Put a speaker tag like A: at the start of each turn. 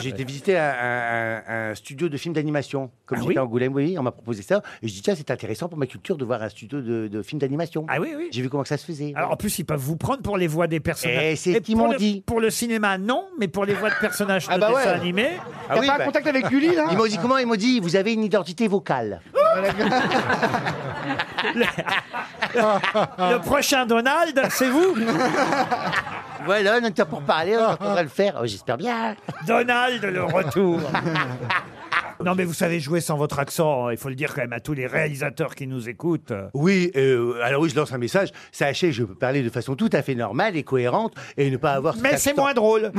A: j'ai été visiter un, un- un studio de films d'animation. Comme j'étais à Angoulême, Ah oui, on m'a proposé ça. Et je dis, tiens, c'est intéressant pour ma culture de voir un studio de, de films d'animation.
B: Ah oui, oui.
A: J'ai vu comment que ça se faisait.
B: Alors, en plus, ils peuvent vous prendre pour les voix des personnages.
A: Eh, c'est ce qu'ils
B: pour
A: m'ont
B: le-
A: dit.
B: Pour le cinéma, non, mais pour les voix de personnages
A: Ah
B: de
A: bah ouais.
B: dessins animés.
A: Ah oui, bah,
C: avec Gulli, là
A: Ils m'ont dit comment Ils m'ont dit, vous avez une identité vocale.
B: Le prochain Donald, c'est vous
A: Voilà, on était pour parler, on va le faire. Oh, J'espère bien.
B: Donald, le retour Non, mais vous savez jouer sans votre accent, hein. il faut le dire quand même à tous les réalisateurs qui nous écoutent.
A: Oui, euh, alors oui, je lance un message. Sachez, je peux parler de façon tout à fait normale et cohérente et ne pas avoir. cet
B: Mais c'est
A: accent.
B: moins drôle